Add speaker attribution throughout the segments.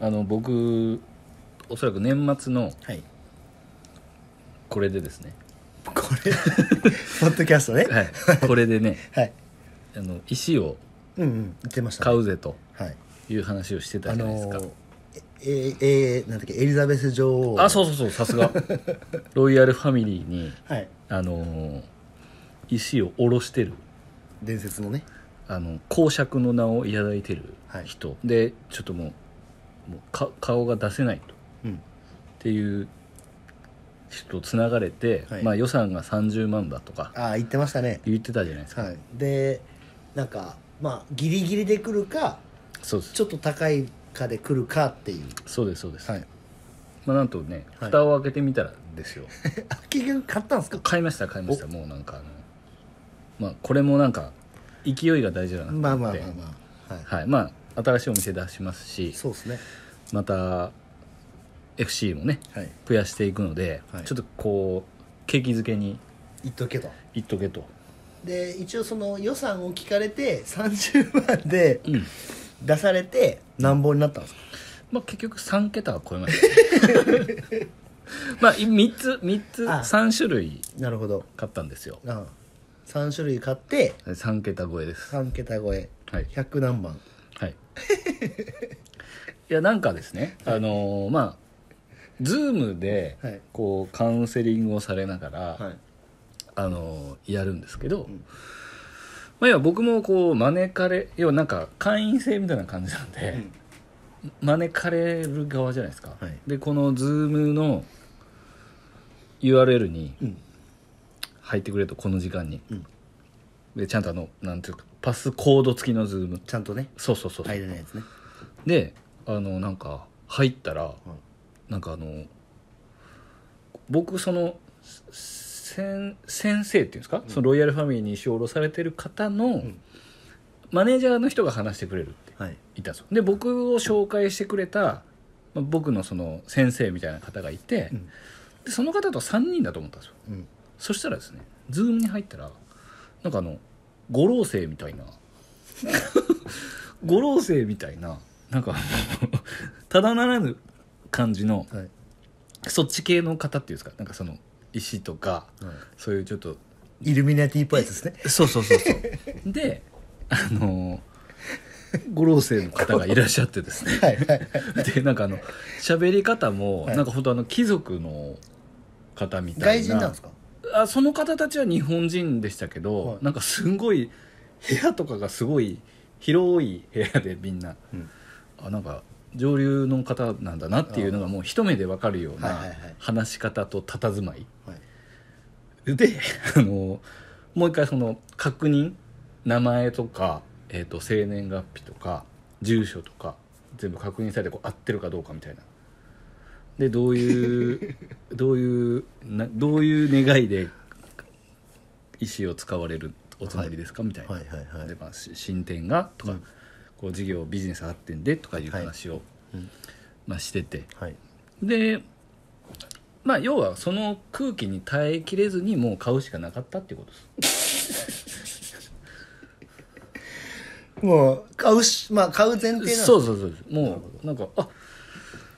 Speaker 1: あの僕おそらく年末の
Speaker 2: はい
Speaker 1: これでですね、
Speaker 2: これ ポッドキャストね
Speaker 1: はい、 これでね
Speaker 2: はい
Speaker 1: あの石を
Speaker 2: うんうん言ってましたね
Speaker 1: 買うぜと
Speaker 2: はい
Speaker 1: いう話をしてた
Speaker 2: あ
Speaker 1: じゃないです
Speaker 2: の
Speaker 1: か、
Speaker 2: ーえええなんだっけエリザベス女王
Speaker 1: あそうそうそうさす がロイヤルファミリーに
Speaker 2: はい
Speaker 1: あのー石を下ろしてる
Speaker 2: 伝説のね
Speaker 1: あの公爵の名をいただいてる人、でちょっともうもうか顔が出せないとっ
Speaker 2: うん
Speaker 1: ていう人とつながれて、
Speaker 2: はい
Speaker 1: まあ、予算が30万だとか
Speaker 2: ああ言ってましたね
Speaker 1: 言ってたじゃないですか、
Speaker 2: はいでなんかまあギリギリで来るか
Speaker 1: そうです
Speaker 2: ちょっと高いかで来るかっていう
Speaker 1: そうですそうです、
Speaker 2: はい
Speaker 1: まあ、なんとね
Speaker 2: はい
Speaker 1: 蓋を開けてみたらです よ、
Speaker 2: 結局買ったんですか
Speaker 1: 買いました買いましたもうなんかあのまあこれもなんか勢いが大事だなと思って
Speaker 2: まあまあまあまあはい
Speaker 1: はいまあ新しいお店出しますし
Speaker 2: そうですね
Speaker 1: また FC もね
Speaker 2: はい
Speaker 1: 増やしていくので、
Speaker 2: はい
Speaker 1: ちょっとこう景気づけに
Speaker 2: 言っとけと
Speaker 1: いっとけと、
Speaker 2: で一応その予算を聞かれて30万で
Speaker 1: うん
Speaker 2: 出されてなんぼになったんですか
Speaker 1: まあ、結局3桁は超えました ねまあ3つ3つ
Speaker 2: あ
Speaker 1: 3種類
Speaker 2: なるほど
Speaker 1: 買ったんですよ
Speaker 2: ああ3種類買って
Speaker 1: 3桁超えです
Speaker 2: 3桁超え
Speaker 1: はい
Speaker 2: 100何番
Speaker 1: はい いやなんかですね、あのーまあズームで
Speaker 2: はい
Speaker 1: こうカウンセリングをされながら、
Speaker 2: はい
Speaker 1: あのーやるんですけど、
Speaker 2: ん
Speaker 1: まあ、要は僕もこう招かれ要はなんか会員制みたいな感じなんで、招かれる側じゃないですか、
Speaker 2: はい
Speaker 1: でこのズームの URL に
Speaker 2: うん
Speaker 1: 入ってくれとこの時間に、
Speaker 2: うん
Speaker 1: でちゃんとあのなんていうかパスコード付きのズーム
Speaker 2: ちゃんとね
Speaker 1: そうそうそうそう、
Speaker 2: 入れないやつね
Speaker 1: であのなんか入ったら、なんかあの僕その先先生っていうんですか、そのロイヤルファミリーに承認されてる方の、
Speaker 2: ん
Speaker 1: マネージャーの人が話してくれるって
Speaker 2: はい
Speaker 1: いたんですよで僕を紹介してくれた、まあ、僕のその先生みたいな方がいて、
Speaker 2: うん
Speaker 1: でその方と3人だと思ったんですよ
Speaker 2: うん
Speaker 1: そしたらですねズームに入ったらなんかあの五老星みたいな五老星みたいななんかあのただならぬ感じの
Speaker 2: はい
Speaker 1: そっち系の方っていうんですかなんかその石とか
Speaker 2: は
Speaker 1: そういうちょっと
Speaker 2: いイルミナティっぽいやつですね
Speaker 1: そうそうそうそうであの五老星の方がいらっしゃって ですね
Speaker 2: はいはいはい
Speaker 1: でなんかあの喋り方も、
Speaker 2: はい
Speaker 1: なんか本当あの貴族の方みたいな
Speaker 2: 外人なんですか
Speaker 1: あその方たちは日本人でしたけど、
Speaker 2: はい
Speaker 1: なんかすごい部屋とかがすごい広い部屋でみんな、
Speaker 2: うん
Speaker 1: あなんか上流の方なんだなっていうのがもう一目でわかるよう
Speaker 2: は
Speaker 1: ない
Speaker 2: はいはい
Speaker 1: 話し方と佇まい
Speaker 2: はい
Speaker 1: で あのもう一回その確認名前とか、えー、と生年月日とか住所とか全部確認されてこう合ってるかどうかみたいなでどういう どういうなどういう願いで石を使われるおつもりですか、みたいな、
Speaker 2: はいはいはい
Speaker 1: でまあ、し進展がとか、
Speaker 2: うん
Speaker 1: こう事業ビジネスあってんでとかいう話を、
Speaker 2: うん
Speaker 1: まあ、してて
Speaker 2: はい
Speaker 1: でまあ要はその空気に耐えきれずにもう買うしかなかったっていうことです
Speaker 2: もう買うしまあ買う前提なんです
Speaker 1: そううそうそうもうなんかあ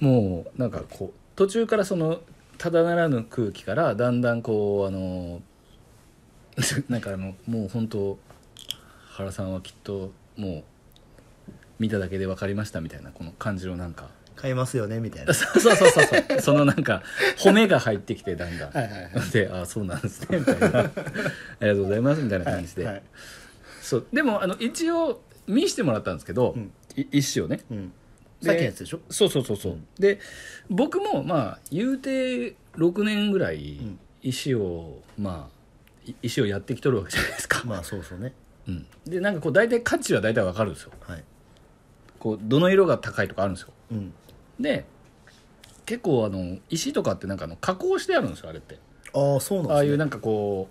Speaker 1: もうなんかこう途中からそのただならぬ空気からだんだんこうあの なんかあのもう本当原さんはきっともう見ただけで分かりましたみたいなこの感じのなん か
Speaker 2: 買いますよねみたいな
Speaker 1: そうそうそうそうそうそのなんか 褒めが入ってきてだんだん
Speaker 2: はいはいはい
Speaker 1: で「あそうなんですね」みた いな「ありがとうございます」みたいな感じで、
Speaker 2: はい
Speaker 1: そうでもあの一応見してもらったんですけど、
Speaker 2: うん
Speaker 1: い一種をね
Speaker 2: うん
Speaker 1: で
Speaker 2: さっきのやつでしょ
Speaker 1: そうそうそうそう、
Speaker 2: うん
Speaker 1: で僕もまあ言うて6年ぐらい
Speaker 2: ん
Speaker 1: 石を、まあい石をやってきとるわけじゃないですか、
Speaker 2: まあそうそうね
Speaker 1: うん、でなんかこう大体価値は大体わかるんですよ
Speaker 2: はい
Speaker 1: こうどの色が高いとかあるんですよ
Speaker 2: うん
Speaker 1: で結構あの石とかってなんかあの加工してあるんですよあれって
Speaker 2: ああそうなんですね
Speaker 1: ああいうなんかこ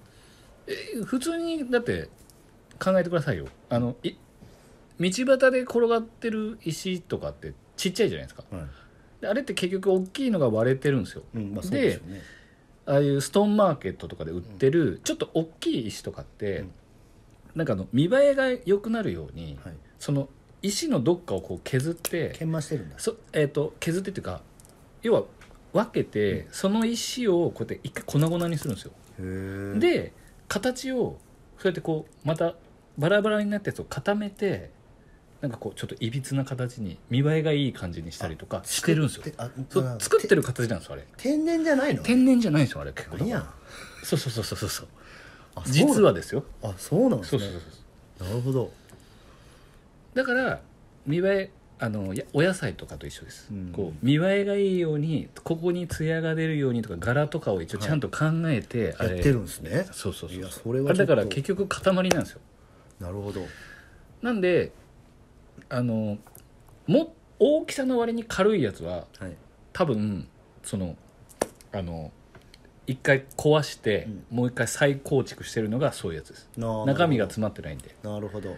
Speaker 1: うえ普通にだって考えてくださいよあのい道端で転がってる石とかってちっちゃいじゃないですか
Speaker 2: はい
Speaker 1: であれって結局大きいのが割れてるんですよ
Speaker 2: うんまあそうでし
Speaker 1: で
Speaker 2: ょうね
Speaker 1: ああいうストーンマーケットとかで売ってるちょっと大きい石とかって、
Speaker 2: うん
Speaker 1: なんかあの見栄えが良くなるように、
Speaker 2: はい
Speaker 1: その石のどっかをこう削って
Speaker 2: 研磨してるんだ
Speaker 1: そ、えー、と削ってっていうか要は分けて、その石をこうやって一回粉々にするんですよ、
Speaker 2: へで
Speaker 1: で形をそうやってこうまたバラバラになったやつを固めてなんかこうちょっといびつな形に見栄えがいい感じにしたりとかしてるんですよそう作ってる形なんですよあれ
Speaker 2: 天然じゃないの
Speaker 1: 天然じゃないんですよあれ結構
Speaker 2: 何や
Speaker 1: そうそうそうそうそう
Speaker 2: あそう
Speaker 1: 実はですよ
Speaker 2: あそうなんです
Speaker 1: そう
Speaker 2: ね
Speaker 1: そうそうそう
Speaker 2: なるほど
Speaker 1: だから見栄えあのやお野菜とかと一緒です、
Speaker 2: うん
Speaker 1: こう見栄えがいいようにここに艶が出るようにとか柄とかを一応ちゃんと考えて、あ
Speaker 2: やっ
Speaker 1: れ
Speaker 2: てるんですね
Speaker 1: そうそうそう
Speaker 2: いやそれ
Speaker 1: あ
Speaker 2: は
Speaker 1: れ
Speaker 2: ちょ
Speaker 1: だか
Speaker 2: っと
Speaker 1: ら結局塊なんですよ
Speaker 2: なるほど
Speaker 1: なんであのも大きさの割に軽いやつは
Speaker 2: はい
Speaker 1: 多分そのあの一回壊して、もう一回再構築してるのがそういうやつです
Speaker 2: な
Speaker 1: 中身が詰まってないんで
Speaker 2: なるほど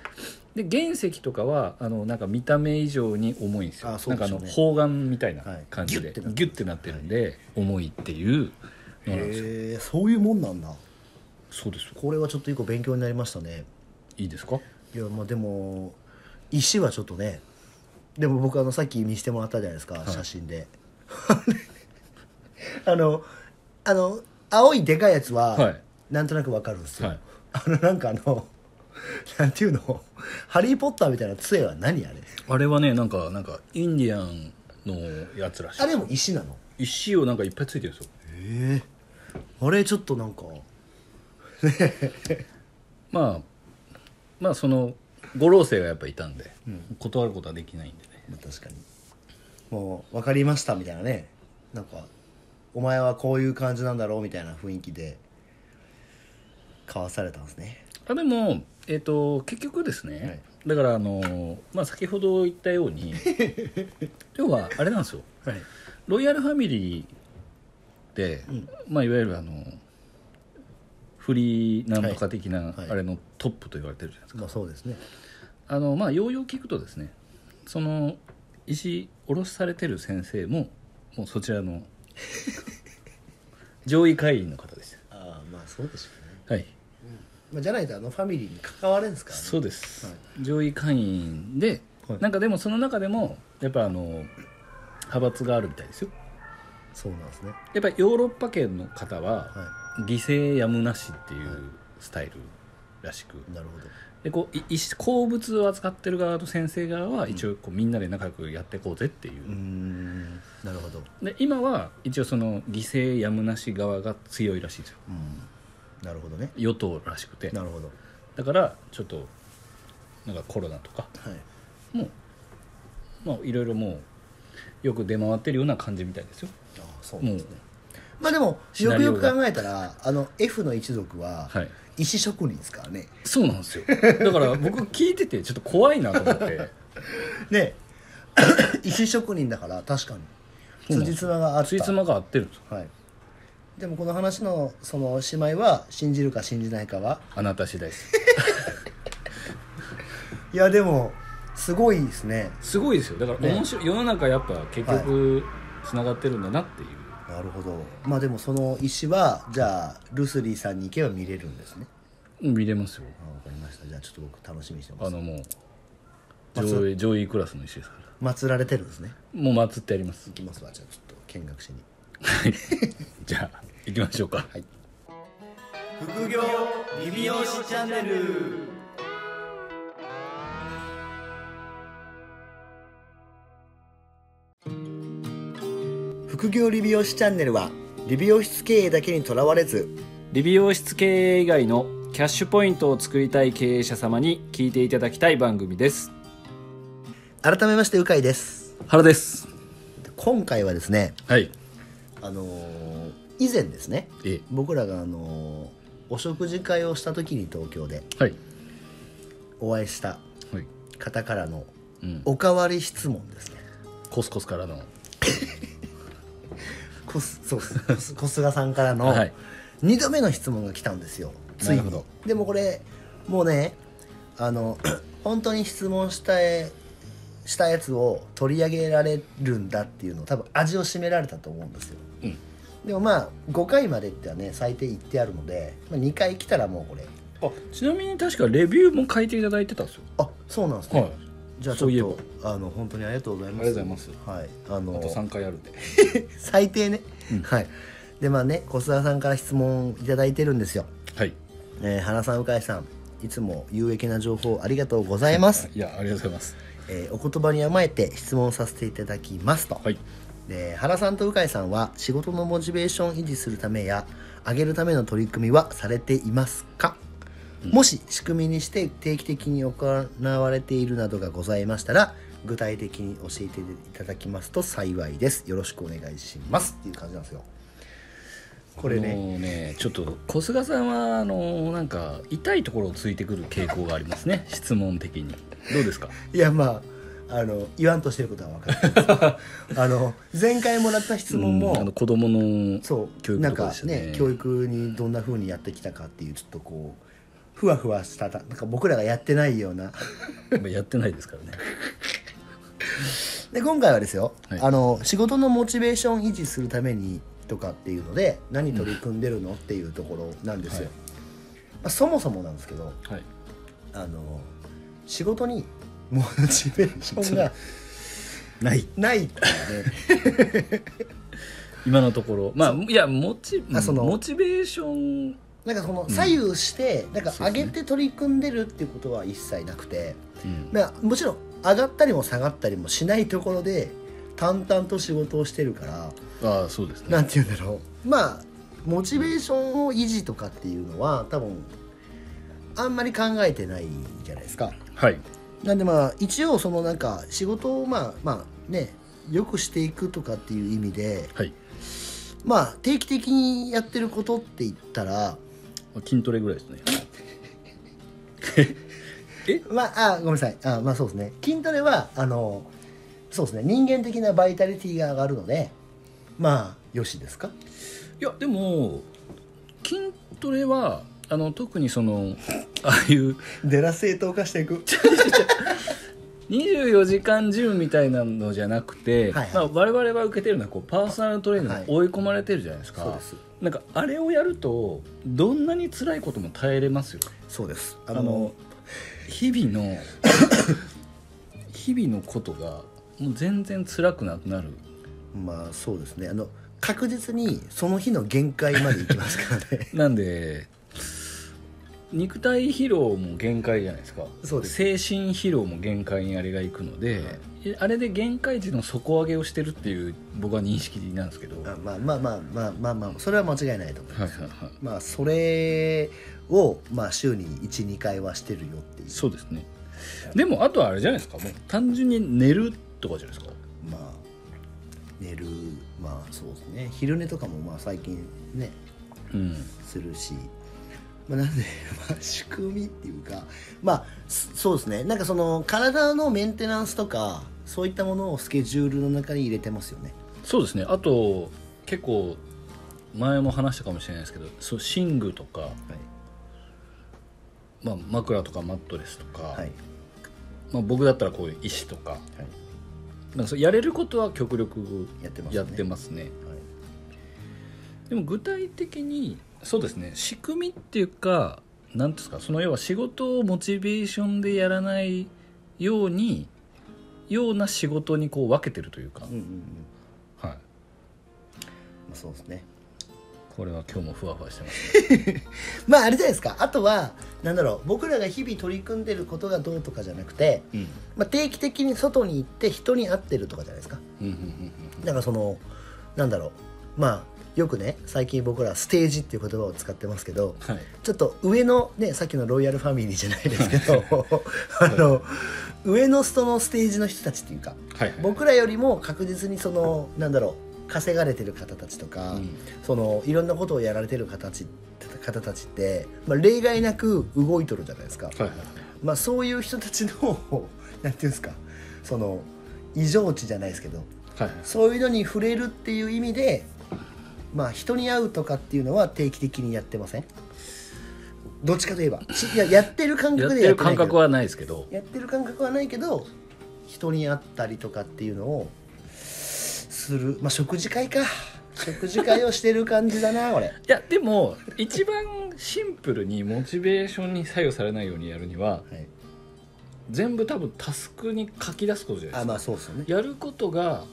Speaker 1: で原石とかはあのなんか見た目以上に重いんですよ
Speaker 2: あそう
Speaker 1: な
Speaker 2: で
Speaker 1: んか
Speaker 2: しょ
Speaker 1: あ
Speaker 2: うね
Speaker 1: の方眼みたいな
Speaker 2: はい
Speaker 1: 感じで、
Speaker 2: ギュッてなってま
Speaker 1: ギュッてなってる
Speaker 2: す
Speaker 1: んで、重いっていうのなんですよ
Speaker 2: へえそういうもんなんだ
Speaker 1: そうです
Speaker 2: これはちょっと一個勉強になりましたね
Speaker 1: いいですか
Speaker 2: いやまあでも石はちょっとねでも僕あのさっき見せてもらったじゃないですか、写真で あのあの青いでかいやつは、
Speaker 1: はい
Speaker 2: なんとなくわかるんですよ、
Speaker 1: はい
Speaker 2: あのなんかあのなんていうの「ハリー・ポッター」みたいな杖は何あれ
Speaker 1: あれはねなんかなんかインディアンのやつらしい
Speaker 2: あれも石なの
Speaker 1: 石をなんかいっぱいついてるんですよ
Speaker 2: ええあれちょっとなんか
Speaker 1: まあまあその五老星がやっぱいたんで、断ることはできないんでね
Speaker 2: まあ確かにもう「分かりました」みたいなねなんか「お前はこういう感じなんだろう」みたいな雰囲気で交わされたんですね
Speaker 1: あでも、えー、と結局ですね、
Speaker 2: はい
Speaker 1: だからあの、まあ、先ほど言ったよう に要はあれなんですよ
Speaker 2: はい
Speaker 1: ロイヤルファミリーって、まあ、いわゆるあのフリーなんとか的な
Speaker 2: はいはい
Speaker 1: あれのトップと言われてるじゃないですか、
Speaker 2: まあそうですね
Speaker 1: あのまあようよう聞くとですねその石おろされてる先生ももうそちら の上位会員の方でし
Speaker 2: ああまあそうでしょうね、
Speaker 1: たはい
Speaker 2: まあ、じゃないとあのファミリーに関われんですからね
Speaker 1: そうです、
Speaker 2: は
Speaker 1: 上位会員で、
Speaker 2: はい
Speaker 1: なんかでもその中でもやっぱあの派閥があるみたいですよ
Speaker 2: そうなんですね
Speaker 1: やっぱヨーロッパ圏の方は
Speaker 2: は
Speaker 1: 犠牲やむなしっていうスタイルらしく
Speaker 2: いなるほど
Speaker 1: でこうい石鉱物を扱ってる側と先生側は一応こうみんなで仲良くやっていこうぜっていう
Speaker 2: うー、んなるほど
Speaker 1: で今は一応その犠牲やむなし側が強いらしいですよ
Speaker 2: うんなるほどね
Speaker 1: 与党らしくて
Speaker 2: なるほど
Speaker 1: だからちょっとなんかコロナとか
Speaker 2: はい
Speaker 1: もうまあいろいろもうよく出回ってるような感じみたいですよ
Speaker 2: ああそうなん
Speaker 1: も
Speaker 2: で
Speaker 1: う
Speaker 2: すね、まあでも
Speaker 1: シ
Speaker 2: よ
Speaker 1: ナ
Speaker 2: く
Speaker 1: リ
Speaker 2: よ
Speaker 1: オ
Speaker 2: く
Speaker 1: が
Speaker 2: 考えたらあの F の一族は
Speaker 1: はい
Speaker 2: 石職人ですからね
Speaker 1: そうなんですよだから僕聞いててちょっと怖いなと思って
Speaker 2: ね石職人だから確かに
Speaker 1: そうなんですよ
Speaker 2: 辻褄があった
Speaker 1: ついつまが合ってるんですよ
Speaker 2: はいでもこの話のその姉妹は信じるか信じないかは
Speaker 1: あなた次第です
Speaker 2: いやでもすごいですね
Speaker 1: すごいですよだから面白い、世の中やっぱ結局つながってるんだなっていう、
Speaker 2: なるほどまあでもその石はじゃあルスリーさんに行けば見れるんですね
Speaker 1: うん見れますよ
Speaker 2: あわかりましたじゃあちょっと僕楽しみにしてま
Speaker 1: あ
Speaker 2: す
Speaker 1: のも
Speaker 2: ま
Speaker 1: う
Speaker 2: あ
Speaker 1: 上位上位クラスの石ですから
Speaker 2: 祀られてるんですね
Speaker 1: もう祭ってあります
Speaker 2: 行きますわじゃあちょっと見学しに
Speaker 1: はいじゃあ行きましょうかはい
Speaker 3: 副業リビオシチャンネル
Speaker 2: 副業理美容師チャンネルは理美容室経営だけにとらわれず
Speaker 4: 理美容室経営以外のキャッシュポイントを作りたい経営者様に聞いていただきたい番組です
Speaker 2: 改めまして鵜飼です
Speaker 1: 原です
Speaker 2: 今回はですね
Speaker 1: はい
Speaker 2: あのー以前ですね
Speaker 1: え
Speaker 2: 僕らがあのーお食事会をした時に東京で
Speaker 1: はい
Speaker 2: お会いした
Speaker 1: はい
Speaker 2: 方からの
Speaker 1: うん
Speaker 2: おかわり質問ですね、
Speaker 1: コスコスからの
Speaker 2: こすそうですこ す小菅さんからの
Speaker 1: はい
Speaker 2: 2度目の質問が来たんですよつい
Speaker 1: なるほ
Speaker 2: に
Speaker 1: ど
Speaker 2: でもこれもうねあの 本当に質問したいしたやつを取り上げられるんだっていうのを多分味を占められたと思うんですよ、
Speaker 1: うん
Speaker 2: でもまあ5回までってはね最低言ってあるので、まあ、2回来たらもうこれ
Speaker 1: あちなみに確かレビューも書いていただいてたんですよ
Speaker 2: あそうなんですね、
Speaker 1: はい
Speaker 2: じゃあち
Speaker 1: そういえ
Speaker 2: ょ
Speaker 1: ば
Speaker 2: っとあの本当にありがとうございます
Speaker 1: ありがとうござい
Speaker 2: はいあの
Speaker 1: あと3回あるんで
Speaker 2: 最低ね、はいでまあね小須田さんから質問いただいてるんですよ、
Speaker 1: はい
Speaker 2: えー原さん鵜飼さんいつも有益な情報ありがとうございます、
Speaker 1: いやありがとうございます
Speaker 2: えーお言葉に甘えて質問させていただきますと、
Speaker 1: はい
Speaker 2: で原さんと鵜飼さんは仕事のモチベーション維持するためや上げるための取り組みはされていますか、もし仕組みにして定期的に行われているなどがございましたら具体的に教えていただきますと幸いですよろしくお願いしますっていう感じなんですよこれ
Speaker 1: あ
Speaker 2: ね
Speaker 1: のねちょっと小菅さんはあのなんか痛いところをついてくる傾向がありますね質問的にどうですか
Speaker 2: いやまああの言わんとしてることは分かるんですけ どあの前回もらった質問も、
Speaker 1: うんあの子供の
Speaker 2: そう
Speaker 1: 教育
Speaker 2: な
Speaker 1: の
Speaker 2: ん
Speaker 1: こと
Speaker 2: か
Speaker 1: でしたね
Speaker 2: ね教育にどんなふうにやってきたかっていうちょっとこうふわふわしたたなんか僕らがやってないよ うな
Speaker 1: やってないですからね
Speaker 2: で今回はですよ、
Speaker 1: はい
Speaker 2: あの仕事のモチベーション維持するためにとかっていうので何取り組んでるのっていうところなんですよ、
Speaker 1: はい
Speaker 2: まあ、そもそもなんですけど
Speaker 1: はい
Speaker 2: あの仕事にモチベーションが
Speaker 1: ない
Speaker 2: ないっていう ね
Speaker 1: 今のところまあいやモチ
Speaker 2: あその
Speaker 1: モチベーション、
Speaker 2: なんかその左右して、なんか
Speaker 1: そう
Speaker 2: 上
Speaker 1: ですね
Speaker 2: げて取り組んでるっていうことは一切なくて、
Speaker 1: うん
Speaker 2: まあ、もちろん上がったりも下がったりもしないところで淡々と仕事をしてるから
Speaker 1: ああそうですね
Speaker 2: 何て言うんだろうまあモチベーションを維持とかっていうのは多分あんまり考えてないじゃないですか。
Speaker 1: はい
Speaker 2: なんでまあ一応そのなんか仕事をまあまあねよくしていくとかっていう意味で
Speaker 1: はい
Speaker 2: まあ定期的にやってることって言ったら
Speaker 1: 筋トレぐらいですね
Speaker 2: まあ、あごめんなさいあ、まあ、そうですね筋トレはあのそうですね人間的なバイタリティが上がるのでまあよしですか
Speaker 1: いやでも筋トレはあの特にそのああいう
Speaker 2: デラ正当化していく
Speaker 1: 24時間ジムみたいなのじゃなくて、
Speaker 2: はいはい
Speaker 1: まあ、我々は受けてるのはこうパーソナルトレーニ
Speaker 2: は
Speaker 1: ン
Speaker 2: い
Speaker 1: グ追い込まれてるじゃないですか、
Speaker 2: そうです
Speaker 1: なんかあれをやるとどんなに辛いことも耐えれますよ
Speaker 2: そうですあ
Speaker 1: あ
Speaker 2: の
Speaker 1: の日々の日々のことがもう全然辛くなくなる
Speaker 2: まあそうですねあの確実にその日の限界までいきますから ね
Speaker 1: なんで肉体疲労も限界じゃないですか
Speaker 2: そうです
Speaker 1: 精神疲労も限界にあれがいくので、えあれで限界値の底上げをしてるっていう僕は認識なんですけど、はい
Speaker 2: あまあまあまあまあまあまあそれは間違いないと思います、
Speaker 1: はいはい、
Speaker 2: まあそれをまあ週に12回はしてるよっていう
Speaker 1: そうですねでもあとはあれじゃないですかもう単純に寝るとかじゃないですか
Speaker 2: まあ寝るまあそうですね昼寝とかもまあ最近ね
Speaker 1: うん
Speaker 2: するし、まあ、なので、まあ、仕組みっていうかまあそそうですねなんかその体のメンテナンスとかそういったものをスケジュールの中に入れてますよね
Speaker 1: そうですねあと結構前も話したかもしれないですけどそう寝具とか、まあ、枕とかマットレスとか、
Speaker 2: はい、はい
Speaker 1: まあ、僕だったらこういう石とかなんかそうやれることは極力
Speaker 2: やってますね
Speaker 1: やってますね
Speaker 2: はい
Speaker 1: でも具体的にそうですね仕組みっていうか何ですかその要は仕事をモチベーションでやらないようにような仕事にこう分けてるというか、
Speaker 2: うんうんうん
Speaker 1: はい、
Speaker 2: まあ、そうですね
Speaker 1: これは今日もふわふわしてます、
Speaker 2: まああれじゃないですかあとはなんだろう僕らが日々取り組んでることがどうとかじゃなくて、
Speaker 1: ね
Speaker 2: まあ、定期的に外に行って人に会ってるとかじゃないですか
Speaker 1: うん、うんうん
Speaker 2: だからそのなんだろうまあよくね最近僕らステージっていう言葉を使ってますけど、
Speaker 1: うんはい
Speaker 2: ちょっと上のねさっきのロイヤルファミリーじゃないで すけどあの上の人のステージの人たちっていうか
Speaker 1: はいはい
Speaker 2: 僕らよりも確実にそのなんだろう稼がれてる方たちとか、
Speaker 1: うん
Speaker 2: そのいろんなことをやられてる方たち方たちって、まあ、例外なく動いとるじゃないですか、
Speaker 1: はいはい
Speaker 2: まあ、そういう人たちの なんていうんですかその異常値じゃないですけど
Speaker 1: はいはい
Speaker 2: そういうのに触れるっていう意味でまあ人に会うとかっていうのは定期的にやってませんどっちかといえばしいややってる感
Speaker 1: やっ
Speaker 2: 覚で
Speaker 1: て
Speaker 2: やっ
Speaker 1: る
Speaker 2: てな
Speaker 1: 感
Speaker 2: いけど
Speaker 1: 覚はないですけど
Speaker 2: やってる感覚はないけど人に会ったりとかっていうのをするまあ食事会か食事会をしてる感じだ な俺
Speaker 1: いやでも一番シンプルにモチベーションに左右されないようにやるには全部多分タスクに書き出すことじゃないで
Speaker 2: あ
Speaker 1: すか
Speaker 2: まあそうですよね
Speaker 1: やることが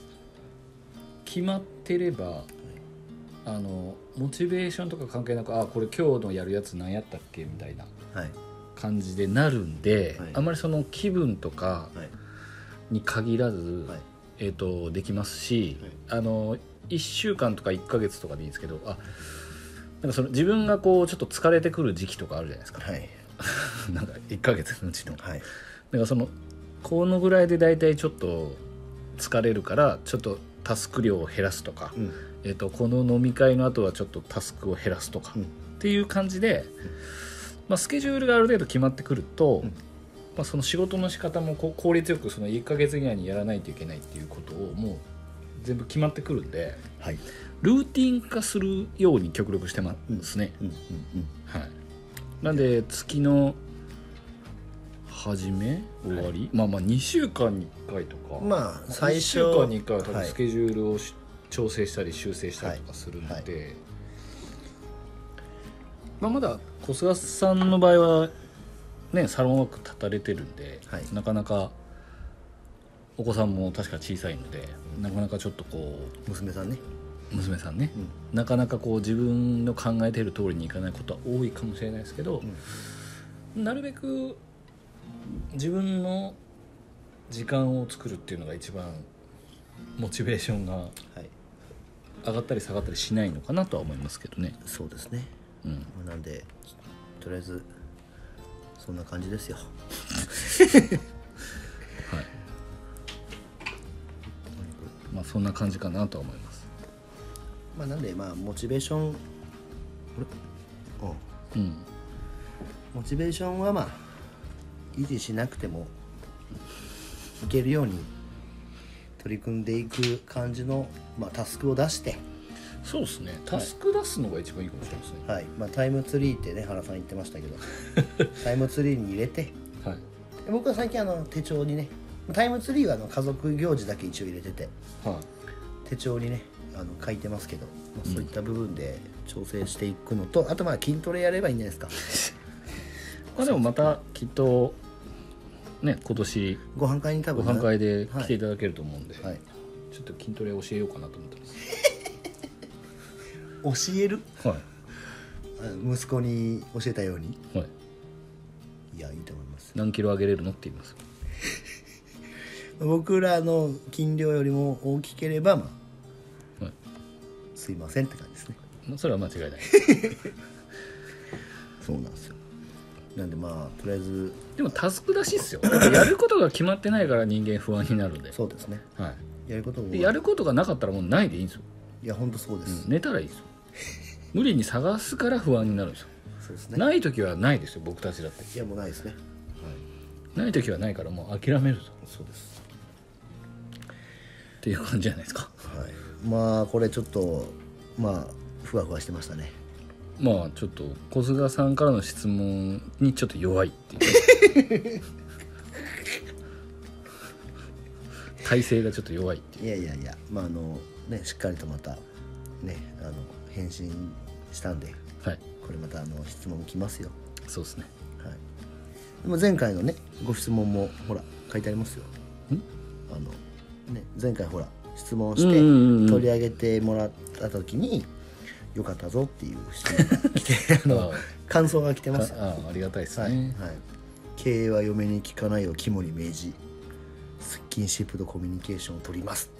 Speaker 1: 決まってればあのモチベーションとか関係なくあこれ今日のやるやつ何やったっけみたいな
Speaker 2: はい
Speaker 1: 感じでなるんで、
Speaker 2: はい
Speaker 1: あまりその気分とか
Speaker 2: はい
Speaker 1: に限らず、
Speaker 2: はい
Speaker 1: えー、とできますし、あの1週間とか1ヶ月とかでいいんですけどあなんかその自分がこうちょっと疲れてくる時期とかあるじゃないですか
Speaker 2: はい
Speaker 1: なんか1ヶ月のうちの。
Speaker 2: はい
Speaker 1: なんかそのこのぐらいで大体ちょっと疲れるからちょっとタスク量を減らすとか、
Speaker 2: うん
Speaker 1: えっとこの飲み会の後はちょっとタスクを減らすとか、
Speaker 2: うん
Speaker 1: っていう感じで、まあ、スケジュールがある程度決まってくると、
Speaker 2: うん
Speaker 1: まあ、その仕事の仕方もこう効率よくその1ヶ月以内にやらないといけないっていうことをもう全部決まってくるんで
Speaker 2: はい
Speaker 1: ルーティン化するように極力してますね。
Speaker 2: うんうんうん
Speaker 1: はい、なんで月の初め終わり、まあまあ2週間に1回とか、
Speaker 2: まあ最
Speaker 1: 1
Speaker 2: 初
Speaker 1: 週間に1回は多
Speaker 2: は
Speaker 1: 分
Speaker 2: い
Speaker 1: スケジュールをし、調整したり修正したりとかするので、
Speaker 2: はいは
Speaker 1: まあ、まだ小菅さんの場合はねサロンワーク立たれてるんで、
Speaker 2: はい
Speaker 1: なかなかお子さんも確か小さいので、なかなかちょっとこ
Speaker 2: 娘さんね
Speaker 1: う娘さんね、なかなかこう自分の考えている通りにいかないことは多いかもしれないですけど、なるべく自分の時間を作るっていうのが一番モチベーションが
Speaker 2: はい
Speaker 1: 上がったり下がったりしないのかなとは思いますけどね。
Speaker 2: そうですね
Speaker 1: うん、
Speaker 2: まあなんでとりあえずそんな感じですよ
Speaker 1: まあそんな感じかなとは思います。
Speaker 2: まあなんでまあモチベーションあれ
Speaker 1: う
Speaker 2: うん
Speaker 1: ん、
Speaker 2: モチベーションはまあ維持しなくてもいけるように取り組んでいく感じの、まあ、タスクを出して、
Speaker 1: そうですね。タスク出すのが一番いいかもしれないですね。
Speaker 2: はいまあ、タイムツリーってね原さん言ってましたけどタイムツリーに入れて
Speaker 1: はい。
Speaker 2: で僕は最近あの手帳にねタイムツリーはあの家族行事だけ一応入れてて
Speaker 1: はい。
Speaker 2: 手帳にねあの書いてますけど、まあそういった部分で調整していくのと、あとまあ筋トレやればいいんじゃないですか
Speaker 1: まあでもまたきっとね今年
Speaker 2: ご飯会に多
Speaker 1: ご
Speaker 2: 分
Speaker 1: 飯会で来ていただけると思うんで、
Speaker 2: はい、
Speaker 1: ちょっと筋トレ教えようかなと思ってます。
Speaker 2: 教える
Speaker 1: は
Speaker 2: あの息子に教えたように
Speaker 1: い。はい。
Speaker 2: いやいいと思います
Speaker 1: 何キロ上げれるのって言います。
Speaker 2: 僕らの筋量よりも大きければ、まあ
Speaker 1: はい
Speaker 2: すいませんって感じですね
Speaker 1: まあそれは間違いな い。
Speaker 2: そうなんですよなんでまあとりあえず
Speaker 1: でもタスク出しっすよ。だってやることが決まってないから人間不安になるんで。
Speaker 2: そうですね
Speaker 1: は
Speaker 2: やることを
Speaker 1: い。でやることがなかったらもうないでいいんですよ。
Speaker 2: いや本当そうです、
Speaker 1: 寝たらいいですよ。無理に探すから不安になるんですよ。
Speaker 2: そうですね
Speaker 1: ない時はないですよ。僕たちだって。
Speaker 2: いやもうないですね
Speaker 1: ない時はないからもう諦めると。
Speaker 2: そうです
Speaker 1: っていう感じじゃないですか。
Speaker 2: はいまあこれちょっとまあふわふわしてましたね
Speaker 1: まあちょっと小菅さんからの質問にちょっと弱いっていう 体勢がちょっと弱いっていう
Speaker 2: いやいやいやまああのねしっかりとまたねあの返信したんで
Speaker 1: はい
Speaker 2: これまたあの質問来ますよ
Speaker 1: そうですね
Speaker 2: はい、でも前回のねご質問もほら書いてありますよあの、ね、前回ほら質問して
Speaker 1: うんうんうんうん
Speaker 2: 取り上げてもらった時に「よかったぞ」っていう質問が 来てあの
Speaker 1: あ
Speaker 2: 感想が来て
Speaker 1: あ
Speaker 2: ますよ、
Speaker 1: ああありがたいですね、
Speaker 2: はい、経営は嫁に聞かないを肝に銘じスキンシップとコミュニケーションを取ります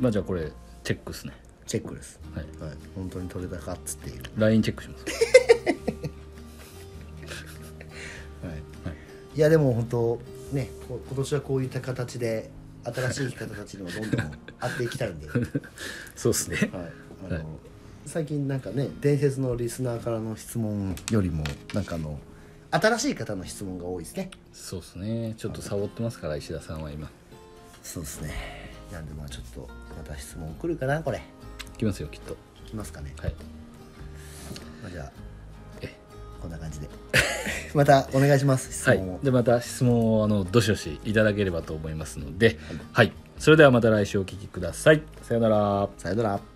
Speaker 1: まあじゃあこれチェックですね
Speaker 2: チェックです、
Speaker 1: はい
Speaker 2: はい、本当に取れたかっつっていう
Speaker 1: LINE チェックします
Speaker 2: いやでも本当ねこ今年はこういった形で新しい方たちにもどんどん会っていきたい んで
Speaker 1: そうですね
Speaker 2: はい、あの、
Speaker 1: はい
Speaker 2: 最近なんかね伝説のリスナーからの質問よりもなんかあの新しい方の質問が多いですね
Speaker 1: そうですねちょっとサボってますから石田さんは今
Speaker 2: そうですねなんでまあちょっとまた質問来るかなこれ
Speaker 1: 来ますよきっと
Speaker 2: 来ますかね、
Speaker 1: はい
Speaker 2: まあ、じゃあ
Speaker 1: え
Speaker 2: こんな感じで またお願いします質
Speaker 1: はい
Speaker 2: 問を、
Speaker 1: でまた質問をあのどしどしいただければと思いますのではい、それではまた来週お聞きくださいさよなら
Speaker 2: さよなら